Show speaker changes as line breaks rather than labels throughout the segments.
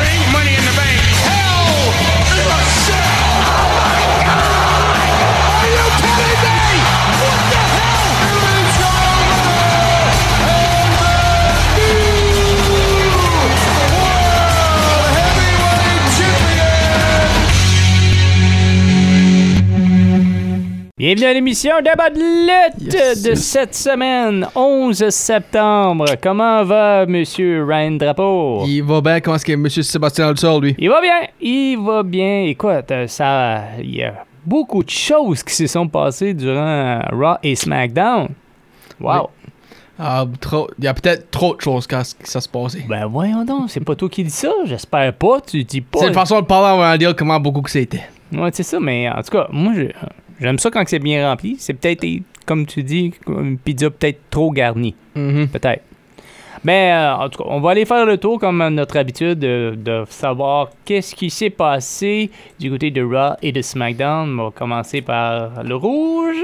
Ring, Money in the Bank. Hell in a Cell. Are you kidding me? What the hell? Everything's gone
Bienvenue à l'émission de Badelette de cette semaine, 11 septembre. Comment va Monsieur Ryan Drapeau?
Il va bien, comment est-ce que M. Sébastien le sort, lui?
Il va bien, il va bien. Écoute, euh, ça, il y a beaucoup de choses qui se sont passées durant Raw et SmackDown. Wow.
Ah, trop, il y a peut-être trop de choses quand qui ça se passait.
Ben voyons donc, c'est pas toi qui dis ça, j'espère pas, tu dis pas.
C'est une façon de parler avant de dire comment beaucoup que c'était.
Ouais, c'est ça, mais en tout cas, moi, je- j'aime ça quand c'est bien rempli. C'est peut-être, eh, comme tu dis, une pizza peut-être trop garnie.
Mm-hmm.
Peut-être. Mais euh, en tout cas, on va aller faire le tour comme à notre habitude de, de savoir qu'est-ce qui s'est passé du côté de Raw et de SmackDown. On va commencer par le rouge.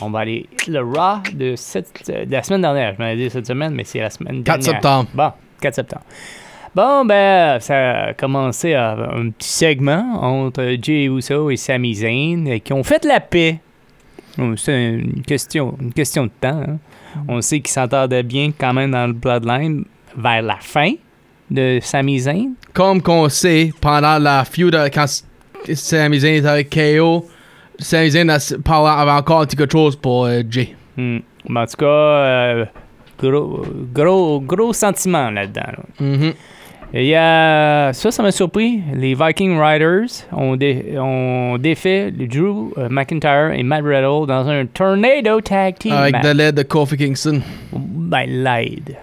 On va aller le Raw de, cette, euh, de la semaine dernière. Je m'en ai dit cette semaine, mais c'est la semaine
4
dernière.
septembre.
Bon, 4 septembre. Bon, ben, ça a commencé à un petit segment entre Jay Uso et Sami Zayn euh, qui ont fait la paix. Oh, C'est une question, une question de temps. hein. On sait qu'ils s'entendaient bien quand même dans le Bloodline vers la fin de Sami Zayn.
Comme qu'on sait, pendant la feud, euh, quand S- Sami Zayn était avec KO, Sami Zayn a s- parlé- avait encore quelque chose pour euh, Jay.
Hmm. Mais en tout cas, euh, gros, gros, gros sentiment là-dedans. là.
Mhm.
Et euh, ça, ça m'a surpris. Les Viking Riders ont, dé- ont défait les Drew euh, McIntyre et Matt Riddle dans un Tornado Tag Team
Avec
match.
de l'aide de Kofi Kingston.
Ben, l'aide.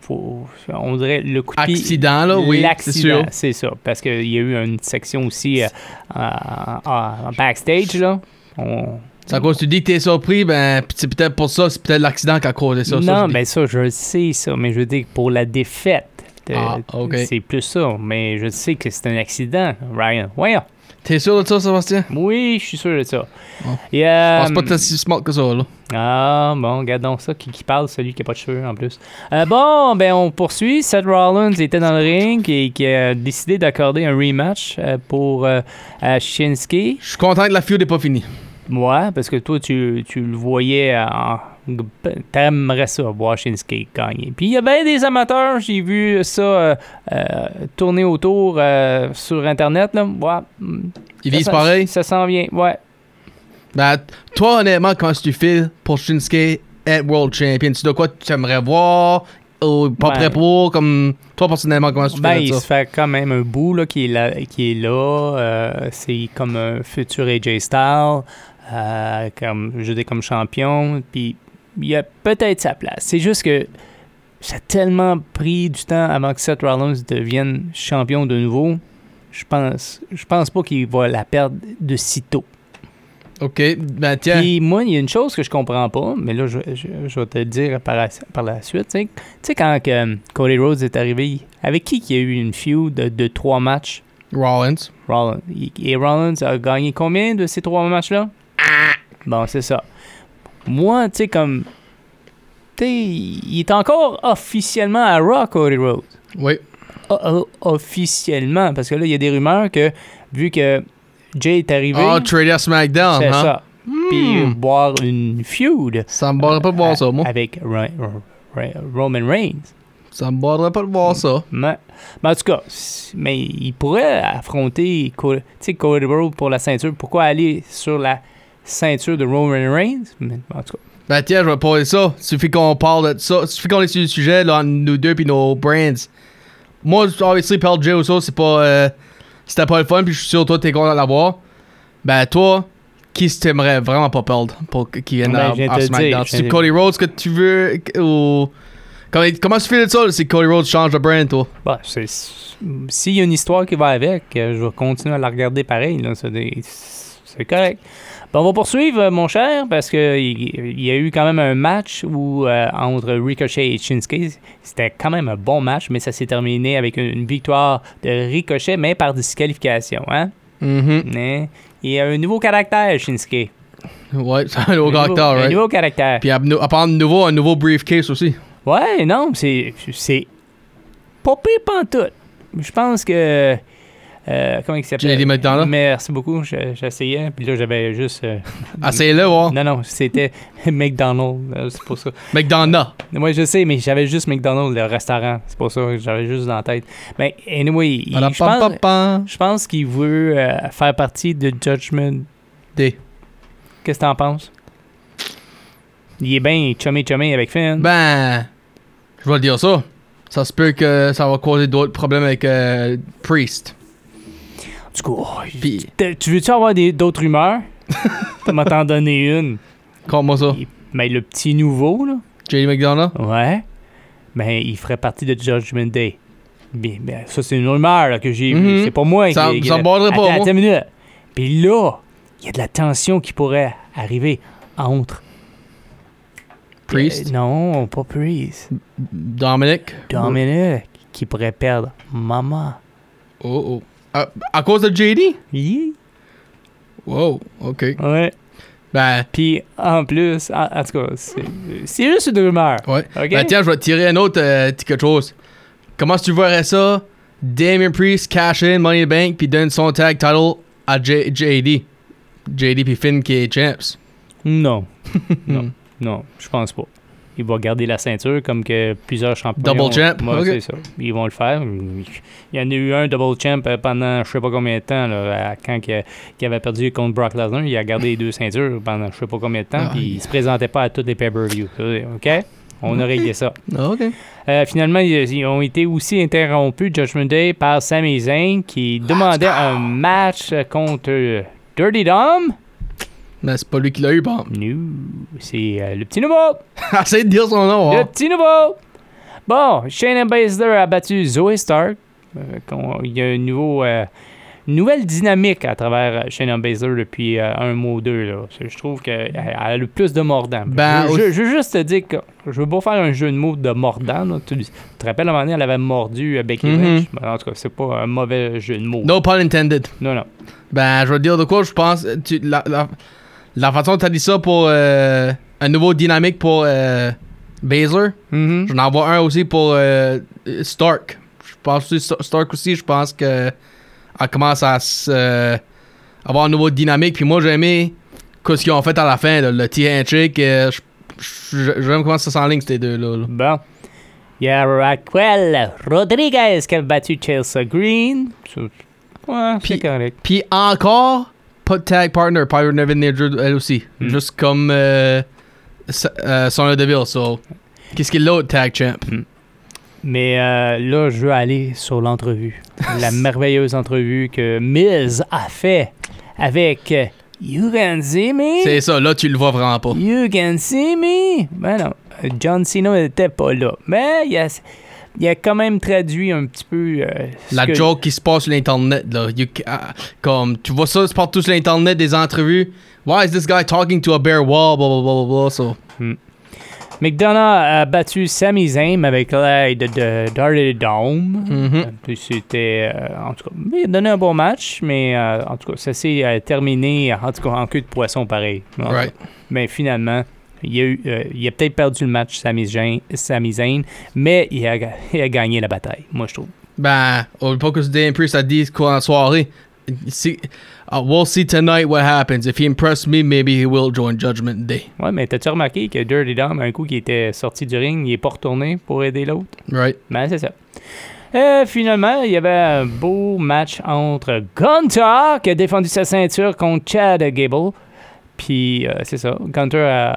Faut- On dirait le coup de pied-
Accident, là, oui. c'est
L'accident,
sûr.
c'est ça. Parce qu'il y a eu une section aussi euh, en- en- en backstage, là. On-
C'est à cause que tu dis que t'es surpris, ben, pis c'est peut-être pour ça, c'est peut-être l'accident qui a causé ça. ça,
non, ben.
je
mais ça, je le sais, ça. Mais je veux dire que pour la défaite, euh,
Ah, ok.
c'est plus ça. Mais je sais que c'est un accident, Ryan. Voyons.
dis. T'es sûr de ça, Sébastien?
Oui, je suis sûr de ça.
Oh.
Et,
Je
euh,
pense pas que t'es si smart que ça, là.
Ah, bon, regardons ça. Qui, qui parle Celui qui n'a pas de cheveux en plus. Euh, bon, ben, on poursuit. Seth Rollins était dans le ring et qui a décidé d'accorder un rematch euh, pour euh, à Shinsuke.
Je suis content que la feud n'est pas finie.
Ouais, parce que toi, tu, tu le voyais en. T'aimerais ça, voir Shinsuke gagner. Puis il y a bien des amateurs, j'ai vu ça euh, euh, tourner autour euh, sur Internet. Là. Ouais.
Ils
Ça
visent
s'en-
pareil.
Ça s'en vient, ouais.
Ben, toi, honnêtement, comment tu files pour Shinsuke être World Champion? Tu de quoi tu aimerais voir? Ou pas
Ben-
prêt pour? Comme, toi, personnellement, comment tu
Ben,
files
il
de
se
ça?
fait quand même un bout là, qui est là. Qui est là euh, c'est comme un futur AJ Styles, euh, comme, je dis comme champion. Puis il y a peut-être sa place. C'est juste que ça a tellement pris du temps avant que Seth Rollins devienne champion de nouveau. Je pense, je pense pas qu'il va la perdre de si tôt.
Ok, ben tiens,
Puis moi, il y a une chose que je comprends pas, mais là, je, je- je vais te le dire par la, par la suite. Tu sais. Tu sais, quand que, euh, Cody Rhodes est arrivé, avec qui il y a eu une feud de, de trois matchs?
Rollins.
Rollins. Il- Et Rollins a gagné combien de ces trois matchs-là? Bon, c'est ça. Moi, tu sais, comme... Tu sais, il est encore officiellement à Raw, Cody Rhodes
Oui.
o- o- officiellement. Parce que là, il y a des rumeurs que, vu que Jay est arrivé,
Ah, Trader SmackDown,
c'est
hein?
ça. Puis boire une feud
Ça me borderait pas de
à-
voir ça, moi.
avec Ra- Ra- Ra- Roman Reigns.
Ça me borderait pas de voir ça.
Mais, mais en tout cas, c- mais il pourrait affronter Co- tu sais, Cody Rhodes pour la ceinture. Pourquoi aller sur la ceinture de Roman Reigns? Mais, en tout cas,
Ben tiens, je vais parler de ça. Suffit qu'on parle de ça. Suffit qu'on est sur le sujet, là, entre nous deux pis nos brands. Moi, obviously, Pearl J ou ça, c'est pas. euh, C'était pas le fun, pis je suis sûr, toi, t'es content de l'avoir. Ben toi, qui ce t'aimerais vraiment pas perdre pour que- qu'il vienne
Ben,
à,
je viens de
à
te
SmackDown
dire, je viens
C'est
de-
Cody Rhodes que tu veux que- ou. Comment, comment tu fais de ça, là, si Cody Rhodes change de brand, toi
bah, c'est- s'il y a une histoire qui va avec, euh, je vais continuer à la regarder pareil. là. C'est des- C'est correct. Ben, on va poursuivre, euh, mon cher, parce que il il y a eu quand même un match où, euh, entre Ricochet et Shinsuke. C'était quand même un bon match, mais ça s'est terminé avec une, une victoire de Ricochet, mais par disqualification. Hein?
Mhm.
Mais il y a un nouveau caractère, Shinsuke.
Ouais, c'est
Un
un nouveau
nouveau-
caractère,
Un
right?
nouveau caractère.
Puis à, à part de nouveau, un nouveau briefcase aussi.
Ouais, non, c'est. C'est. Pas pire pantoute. Je pense que. euh, comment il s'appelle
J.D. McDonough?
Merci beaucoup, je- j'essayais. Puis là, j'avais juste. euh,
Assez-le, ouais.
Non, non, c'était McDonald's, euh, c'est pour ça.
McDonald's.
Moi, je sais, mais j'avais juste McDonald's, le restaurant. C'est pour ça que j'avais juste dans la tête. Mais anyway, il- je pense,
Padapapapa.
je pense qu'il veut euh, faire partie de Judgment
Day.
Qu'est-ce que t'en penses? Il est bien chummy-chummy avec Finn.
Ben, je vais le dire ça. Ça se peut que ça va causer d'autres problèmes avec euh, Priest.
Du coup, oh, il-
Puis,
T'as- Tu veux-tu avoir des- d'autres rumeurs? Tu m'as t'en donné une.
comment ça?
Il- Mais le petit nouveau, là,
J.D. McDonald?
ouais, ben, il ferait partie de Judgment Day. Bien, ben, ça, c'est une rumeur là, que j'ai vue.
Mhm.
C'est pas moi
Ça-
qui.
ça me borderait pas,
Attends,
moi.
attends une minute. Puis là, il y a de la tension qui pourrait arriver entre.
Priest?
Euh, non, pas Priest.
Dominic?
Dominic, qui pourrait perdre maman.
Oh, oh. À, à cause de J.D.?
Yeah.
Wow, ok.
Ouais.
Ben,
Puis en plus, en, en tout cas, c'est c'est juste une rumeur.
ouais.
Ok.
Ben, tiens, je vais te tirer un autre euh, petit quelque chose. Comment est-ce que tu verrais ça? Damien Priest cash in Money in the Bank puis donne son tag title à J- J.D. J.D. puis Finn qui est champs.
Non. non. Non, je pense pas. Il va garder la ceinture comme que plusieurs champions.
Double
ont-
champ,
Ouais,
ok.
c'est ça. Ils vont le faire. Il y en a eu un double champ euh, pendant je sais pas combien de temps. là, à- quand il, avait perdu contre Brock Lesnar, il a gardé les deux ceintures pendant je sais pas combien de temps.
Ah,
puis il se présentait pas à toutes les pay-per-views. Ça, OK? On a réglé ça.
Ok.
Euh, finalement, ils, ils ont été aussi interrompus, Judgment Day, par Sami Zayn qui demandait un match contre euh, Dirty Dom.
Mais c'est pas lui qui l'a eu, bon.
Non, c'est euh, le petit nouveau.
Assez de dire son nom,
Le
hein.
petit nouveau! Bon, Shayna Baszler a battu Zoe Stark. Euh, qu'on- Il y a un nouveau, euh, une nouvelle dynamique à travers euh, Shayna Baszler depuis euh, un mois ou deux. Là. Je trouve qu'elle a le plus de mordant.
Ben,
je,
au-
je- je veux juste te dire que je veux pas faire un jeu de mots de mordant. là. Tu tu te rappelles, à un moment donné, elle avait mordu euh, Becky
Mhm.
Lynch. Ben, En tout cas, c'est pas un mauvais jeu de mots.
No pun intended.
Non, non.
Ben, je vais te dire de quoi je pense. euh, Tu, la, la, la façon dont t'as dit ça pour euh, un nouveau dynamique pour euh, Baszler,
Mhm.
j'en envoie un aussi pour euh, Stark. Je pense aussi Sta- Stark aussi, je pense que elle commence à se, euh, avoir un nouveau dynamique. Puis moi, j'ai aimé ce qu'ils ont fait à la fin, là, le T-handshake. euh, je- je- J'aime comment ça s'enligne, ces deux-là. là.
Bon. Il y a Raquel Rodriguez qui a battu Chelsea Green. Ça, Ouais, c'est
Puis-
correct.
Puis encore, pas de tag partner, Pirate Nevin Nature, elle aussi.
Hmm.
Juste comme euh, S- euh, Sonya Deville. So. Qu'est-ce qu'il a l'autre tag champ?
Mais euh, là, je veux aller sur l'entrevue. La merveilleuse entrevue que Miz a fait avec euh, You Can See Me.
C'est ça, là tu le vois vraiment pas.
You Can See Me. Ben non, euh, John Cena n'était pas là. Mais il a, il a quand même traduit un petit peu. euh, ce
La
que-
joke qui se passe sur l'internet, là. You ca- ah, comme, tu vois ça se partout sur l'internet, des entrevues. Why is this guy talking to a bare wall? Blah, blah, blah, blah, blah. So.
McDonough a battu Sami Zayn avec l'aide de Dirty Dome. Euh,
Mhm.
Puis C'était, euh, en tout cas, il a donné un bon match, mais euh, en tout cas, ça s'est euh, terminé en, tout cas, en queue de poisson pareil. En tout
Right.
cas. Mais finalement, il a, eu, euh, il a peut-être perdu le match, Sami Zayn, Sami Zayn, mais il a, ga- il a gagné la bataille, moi je trouve.
Ben, oublie pas que Dan Priest a dit quoi en soirée. See, uh, we'll see tonight what happens. If he impressed me, maybe he will join Judgment Day.
Ouais, mais t'as-tu remarqué que Dirty Dom, un coup qui était sorti du ring, il est pas retourné pour aider l'autre?
Right?
Ben, c'est ça. Euh, finalement, il y avait un beau match entre Gunter, qui a défendu sa ceinture, contre Chad Gable. Puis, euh, c'est ça. Gunter euh,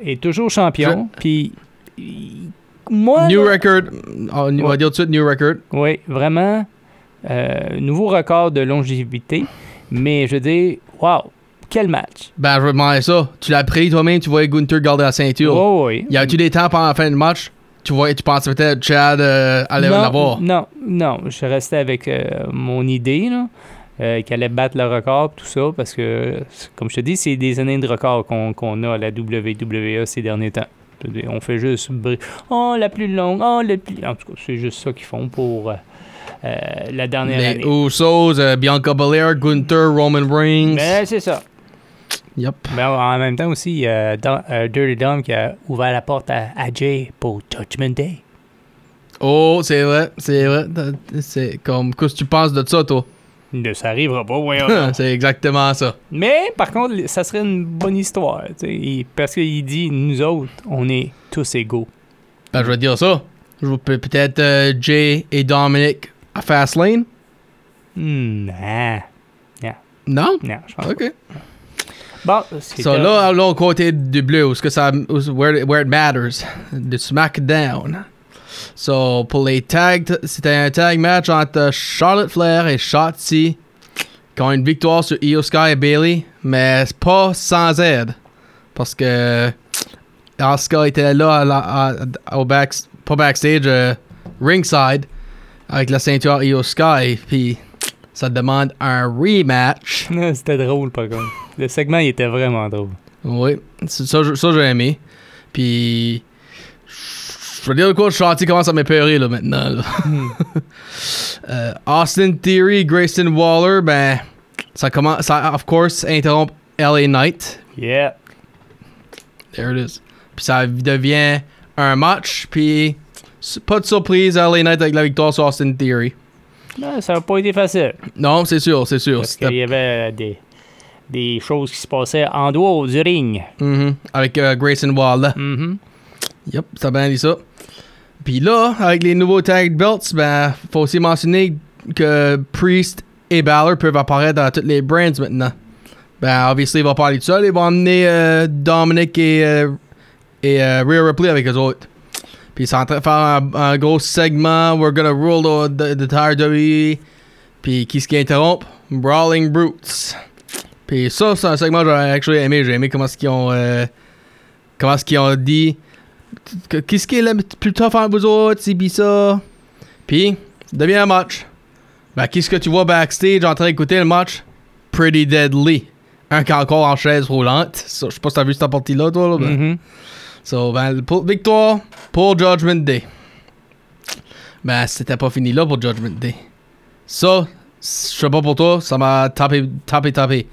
est toujours champion. Puis, il- moi.
New
là-
record. Ah, new- On va dire tout de suite new record.
Oui, vraiment. euh, nouveau record de longévité. Mais je dis, waouh, quel match.
Ben, je vais demander ça. Tu l'as pris toi-même, tu voyais Gunther garder la ceinture.
Oh, oui.
Y avait-tu des temps pendant la fin du match? Tu voyais, tu pensais peut-être Chad euh, allait
non,
l'avoir.
Non, non, je restais avec euh, mon idée. Là. euh, qui allait battre le record, tout ça, parce que, comme je te dis, c'est des années de record qu'on qu'on a à la WWE ces derniers temps. Je veux dire, On fait juste. bri- Oh, la plus longue, oh, la plus. En tout cas, c'est juste ça qu'ils font pour euh, euh, la dernière
Les
année.
Usos, euh, Bianca Belair, Gunther, Roman Reigns.
Mais c'est ça.
Yep.
Mais en- en même temps aussi, il y a Dom- euh, Dirty Dom qui a ouvert la porte à, à Jay pour Judgment Day.
Oh, c'est vrai, c'est vrai. T'as- C'est comme, qu'est-ce que tu penses de ça, toi?
Ne ça arrivera pas, voyons. donc.
c'est exactement ça.
Mais par contre, ça serait une bonne histoire. tu sais, il- parce qu'il dit, nous autres, on est tous égaux.
Ben, je vais dire ça. Je vais pe- peut-être euh, Jay et Dominic à Fastlane?
Hmm, non,
Non?
non, je pense
Ok.
pas. Bon, c'est
Ça, là, à l'autre côté du bleu, où est-ce que ça, où- where, where it matters, de SmackDown. So, pour les tags, c'était un tag match entre Charlotte Flair et Shotzi, qui ont une victoire sur Io Sky et Bailey, mais c'est pas sans aide. Parce que Asuka était là à la- à- à- au back, pas backstage, euh, ringside, avec la ceinture Io Sky, puis ça demande un rematch.
C'était drôle, par contre. Le segment, il était vraiment drôle.
Oui, c'est- ça, je- ça j'ai aimé. Puis, je veux dire, le coach Shotty commence à m'épeurer là, maintenant. là. Euh, Austin Theory, Grayson Waller, ben, ça commence, ça, of course, interrompt LA Knight.
Yeah.
There it is. Puis ça devient un match, puis s- pas de surprise, LA Knight avec la victoire sur Austin Theory.
Non, ça n'a pas été facile.
Non, c'est sûr, c'est sûr.
Parce
C'était-
qu'il y avait des, des choses qui se passaient en dehors du ring.
Mhm. Avec euh, Grayson Waller.
Mhm.
Yep, ça a bien dit ça. Puis là, avec les nouveaux tag belts, ben, faut aussi mentionner que Priest et Balor peuvent apparaître dans toutes les brands maintenant. Ben, obviously, ils vont parler de ça. Ils vont emmener euh, Dominic et, euh, et euh, Rhea Ripley avec eux autres. Puis ils sont en train de faire un, un gros segment. We're gonna rule the, the, the tire WWE. Puis qui ce qui interrompt? Brawling Brutes. Puis ça, c'est un segment que j'ai actually aimé. J'ai aimé comment ce qu'ils ont, euh, comment ce qu'ils ont dit. Que- Qu'est-ce qui est le plus tough entre vous autres, c'est pis ça. Puis, ça devient un match. Ben, qu'est-ce que tu vois backstage en train d'écouter le match? Pretty Deadly. Un qui est encore en chaise roulante. Ça, je sais pas si t'as vu cette partie-là, toi. Là, ben.
Mhm.
So, ben, pour- victoire pour Judgment Day. Ben, c'était pas fini là pour Judgment Day. Ça, je sais pas pour toi, ça m'a tapé, tapé, tapé.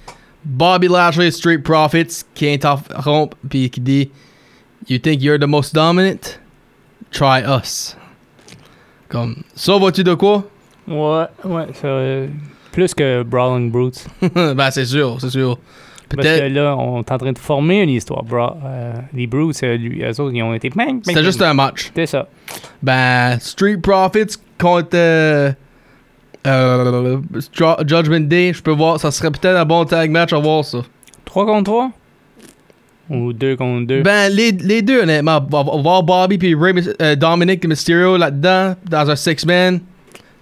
Bobby Lashley, Street Profits, qui interrompt, puis qui dit You think you're the most dominant? Try us. Comme, ça, vois-tu de quoi?
Ouais, ouais. ça, euh, plus que Brawling Brutes.
ben, c'est sûr, c'est sûr.
Parce que
Peut-être.
là, on est en train de former une histoire. Bra euh, les Brutes, euh, lui, eux autres, ils ont été.
C'était juste un match.
C'était ça.
Ben, Street Profits contre euh, euh, Stra- Judgment Day, je peux voir, ça serait peut-être un bon tag match à voir ça.
3 contre 3 Ou 2 contre 2
Ben, les, les deux, honnêtement, va- va- voir Bobby puis Ray Mys- euh, Dominic Mysterio là-dedans, dans un six-man,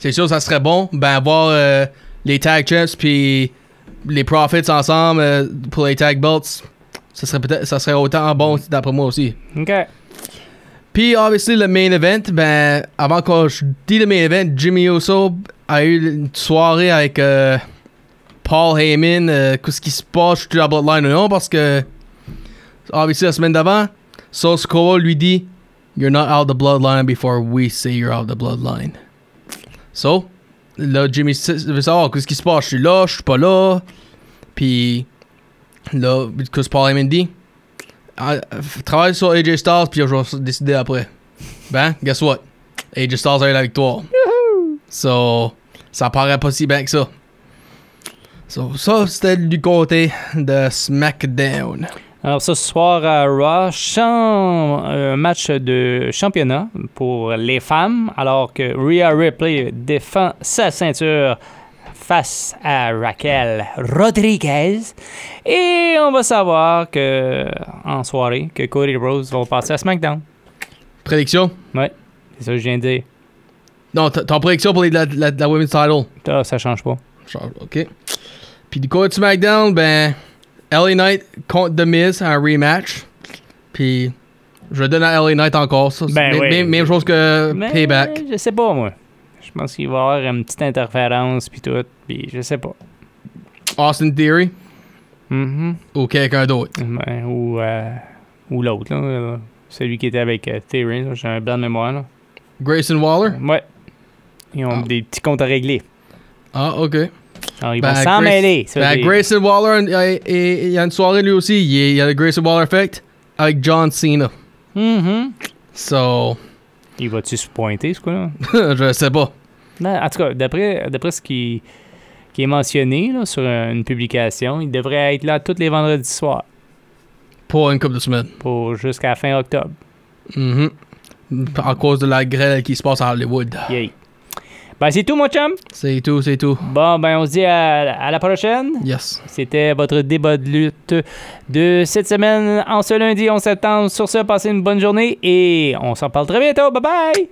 c'est sûr ça serait bon. Ben, voir euh, les tag champs puis les Profits ensemble euh, pour les tag belts, ça serait peut-être, ça serait autant bon d'après moi aussi.
Ok.
Puis, obviously, le main event, ben, avant que je dis le main event, Jimmy Uso a eu une soirée avec euh, Paul Heyman. euh, Qu'est-ce qui se passe, je suis la bloodline ou non, parce que, obviously, la semaine d'avant, Soskoa lui dit You're not out of the bloodline before we say you're out of the bloodline. So, là, Jimmy s- veut savoir qu'est-ce qui se passe, je suis là, je suis pas là. Puis, là, qu'est-ce que Paul Heyman dit ah, euh, travaille sur AJ Styles, puis je vais décider après. Ben, guess what? AJ Styles a eu la victoire. So, ça paraît pas si bien que ça. So, ça, c'était du côté de SmackDown.
Alors, ce soir à Raw, cham- un match de championnat pour les femmes, alors que Rhea Ripley défend sa ceinture face à Raquel Rodriguez. Et on va savoir que en soirée, que Cody Rose va passer à SmackDown.
Prédiction?
C'est ça que je viens de dire.
Non, t- ton prédiction pour les- la, la, la Women's Title.
Ah, Ça, ça change pas.
Genre, OK. Puis du côté de SmackDown, ben, LA Knight contre The Miz, un rematch. Puis, je donne à LA Knight encore ça.
Ben
Même-
oui.
même, même chose que
Mais
Euh, Payback.
Je sais pas, moi. Je pense qu'il va y avoir une petite interférence, puis tout, puis je sais pas.
Austin Theory
Mhm.
ou quelqu'un d'autre.
Ben, ou euh, ou l'autre, là, euh, celui qui était avec euh, Theory, là, j'ai un blanc de mémoire. Là.
Grayson Waller?
Ouais. Ils ont
Ah.
des petits comptes à régler.
Ah, ok.
Alors, ils
Ben,
vont s'en
Grace-
mêler. ça
Ben,
veut dire.
Grayson Waller, euh, et- et il y a une soirée lui aussi, il y a- il y a le Grayson Waller Effect avec John Cena.
Mhm.
So,
Il va-tu se pointer, ce coup-là?
je sais pas.
Ben, en tout cas, d'après d'après ce qui, qui est mentionné là, sur euh, une publication, il devrait être là tous les vendredis soirs
Pour une couple de semaines.
pour jusqu'à la fin octobre.
Mhm. À cause de la grêle qui se passe à Hollywood.
Yay. Ben, c'est tout, mon chum.
C'est tout, c'est tout.
Bon, ben, on se dit à, à la prochaine.
Yes.
C'était votre débat de lutte de cette semaine en ce lundi 11 septembre. Sur ce, passez une bonne journée et on s'en parle très bientôt. Bye bye!